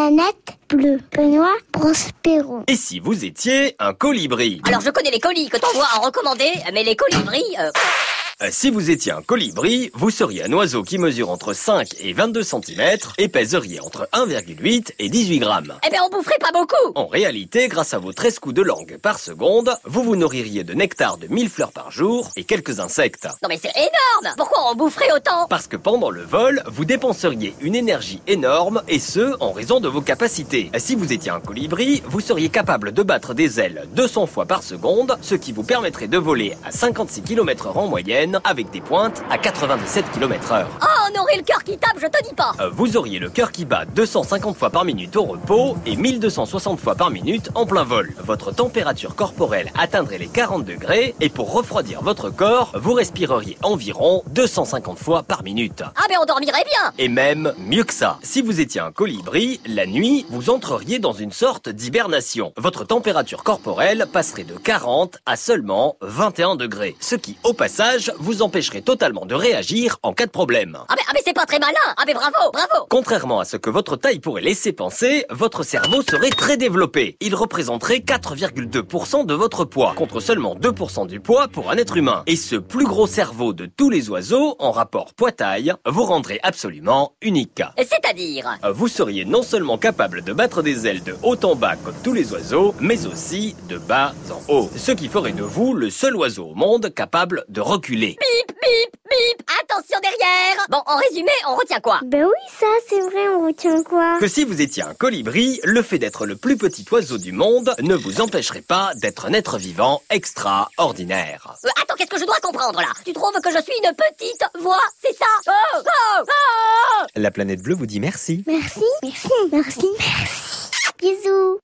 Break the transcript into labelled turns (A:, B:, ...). A: planète bleue. Benoît Prospero.
B: Et si vous étiez un colibri
C: Alors je connais les colis que t'envoies à recommander, mais les colibris... euh,
B: Euh, Si vous étiez un colibri, vous seriez un oiseau qui mesure entre 5 et 22 cm et pèseriez entre 1,8 et 18 grammes.
C: Eh ben on boufferait pas beaucoup
B: En réalité, grâce à vos 13 coups de langue par seconde, vous vous nourririez de nectar de 1000 fleurs par jour et quelques insectes.
C: Non mais c'est énorme Pourquoi on boufferait autant
B: Parce que pendant le vol, vous dépenseriez une énergie énorme, et ce, en raison de vos capacités. Si vous étiez un colibri, vous seriez capable de battre des ailes 200 fois par seconde, ce qui vous permettrait de voler à 56 km h en moyenne, avec des pointes à 97 km h
C: Oh, on aurait le cœur qui tape, je te dis pas
B: Euh, Vous auriez le cœur qui bat 250 fois par minute au repos, et 1260 fois par minute en plein vol. Votre température corporelle atteindrait les 40 degrés, et pour refroidir votre corps, vous respireriez environ 250 fois par minute.
C: Ah ben on dormirait bien
B: Et même mieux que ça. Si vous étiez un colibri, la nuit, vous entreriez dans une sorte d'hibernation. Votre température corporelle passerait de 40 à seulement 21 degrés. Ce qui, au passage, vous empêcherait totalement de réagir en cas de problème.
C: Ah ben, ah ben c'est pas très malin Ah ben bravo, bravo
B: Contrairement à ce que votre taille pourrait laisser penser, votre cerveau serait très développé. Il représenterait 4,2% de votre poids, contre seulement 2% du poids pour un être humain. Et ce plus gros cerveau de tous les oiseaux, en rapport poids-taille, vous rendrait absolument unique.
C: C'est-à-dire
B: Euh, Vous seriez non seulement capable de battre des ailes de haut en bas comme tous les oiseaux, mais aussi de bas en haut. Ce qui ferait de vous le seul oiseau au monde capable de reculer.
C: Bip, bip, bip Attention derrière Bon, en résumé, on retient quoi
A: Ben oui, ça, c'est vrai, on retient quoi
B: Que si vous étiez un colibri, le fait d'être le plus petit oiseau du monde ne vous empêcherait pas d'être un être vivant extraordinaire.
C: Euh, Attends, qu'est-ce que je dois comprendre là Tu trouves que je suis une petite voix, c'est ça Oh, oh, oh
B: La planète bleue vous dit merci.
A: Merci. Merci. Merci. Merci. Bisous.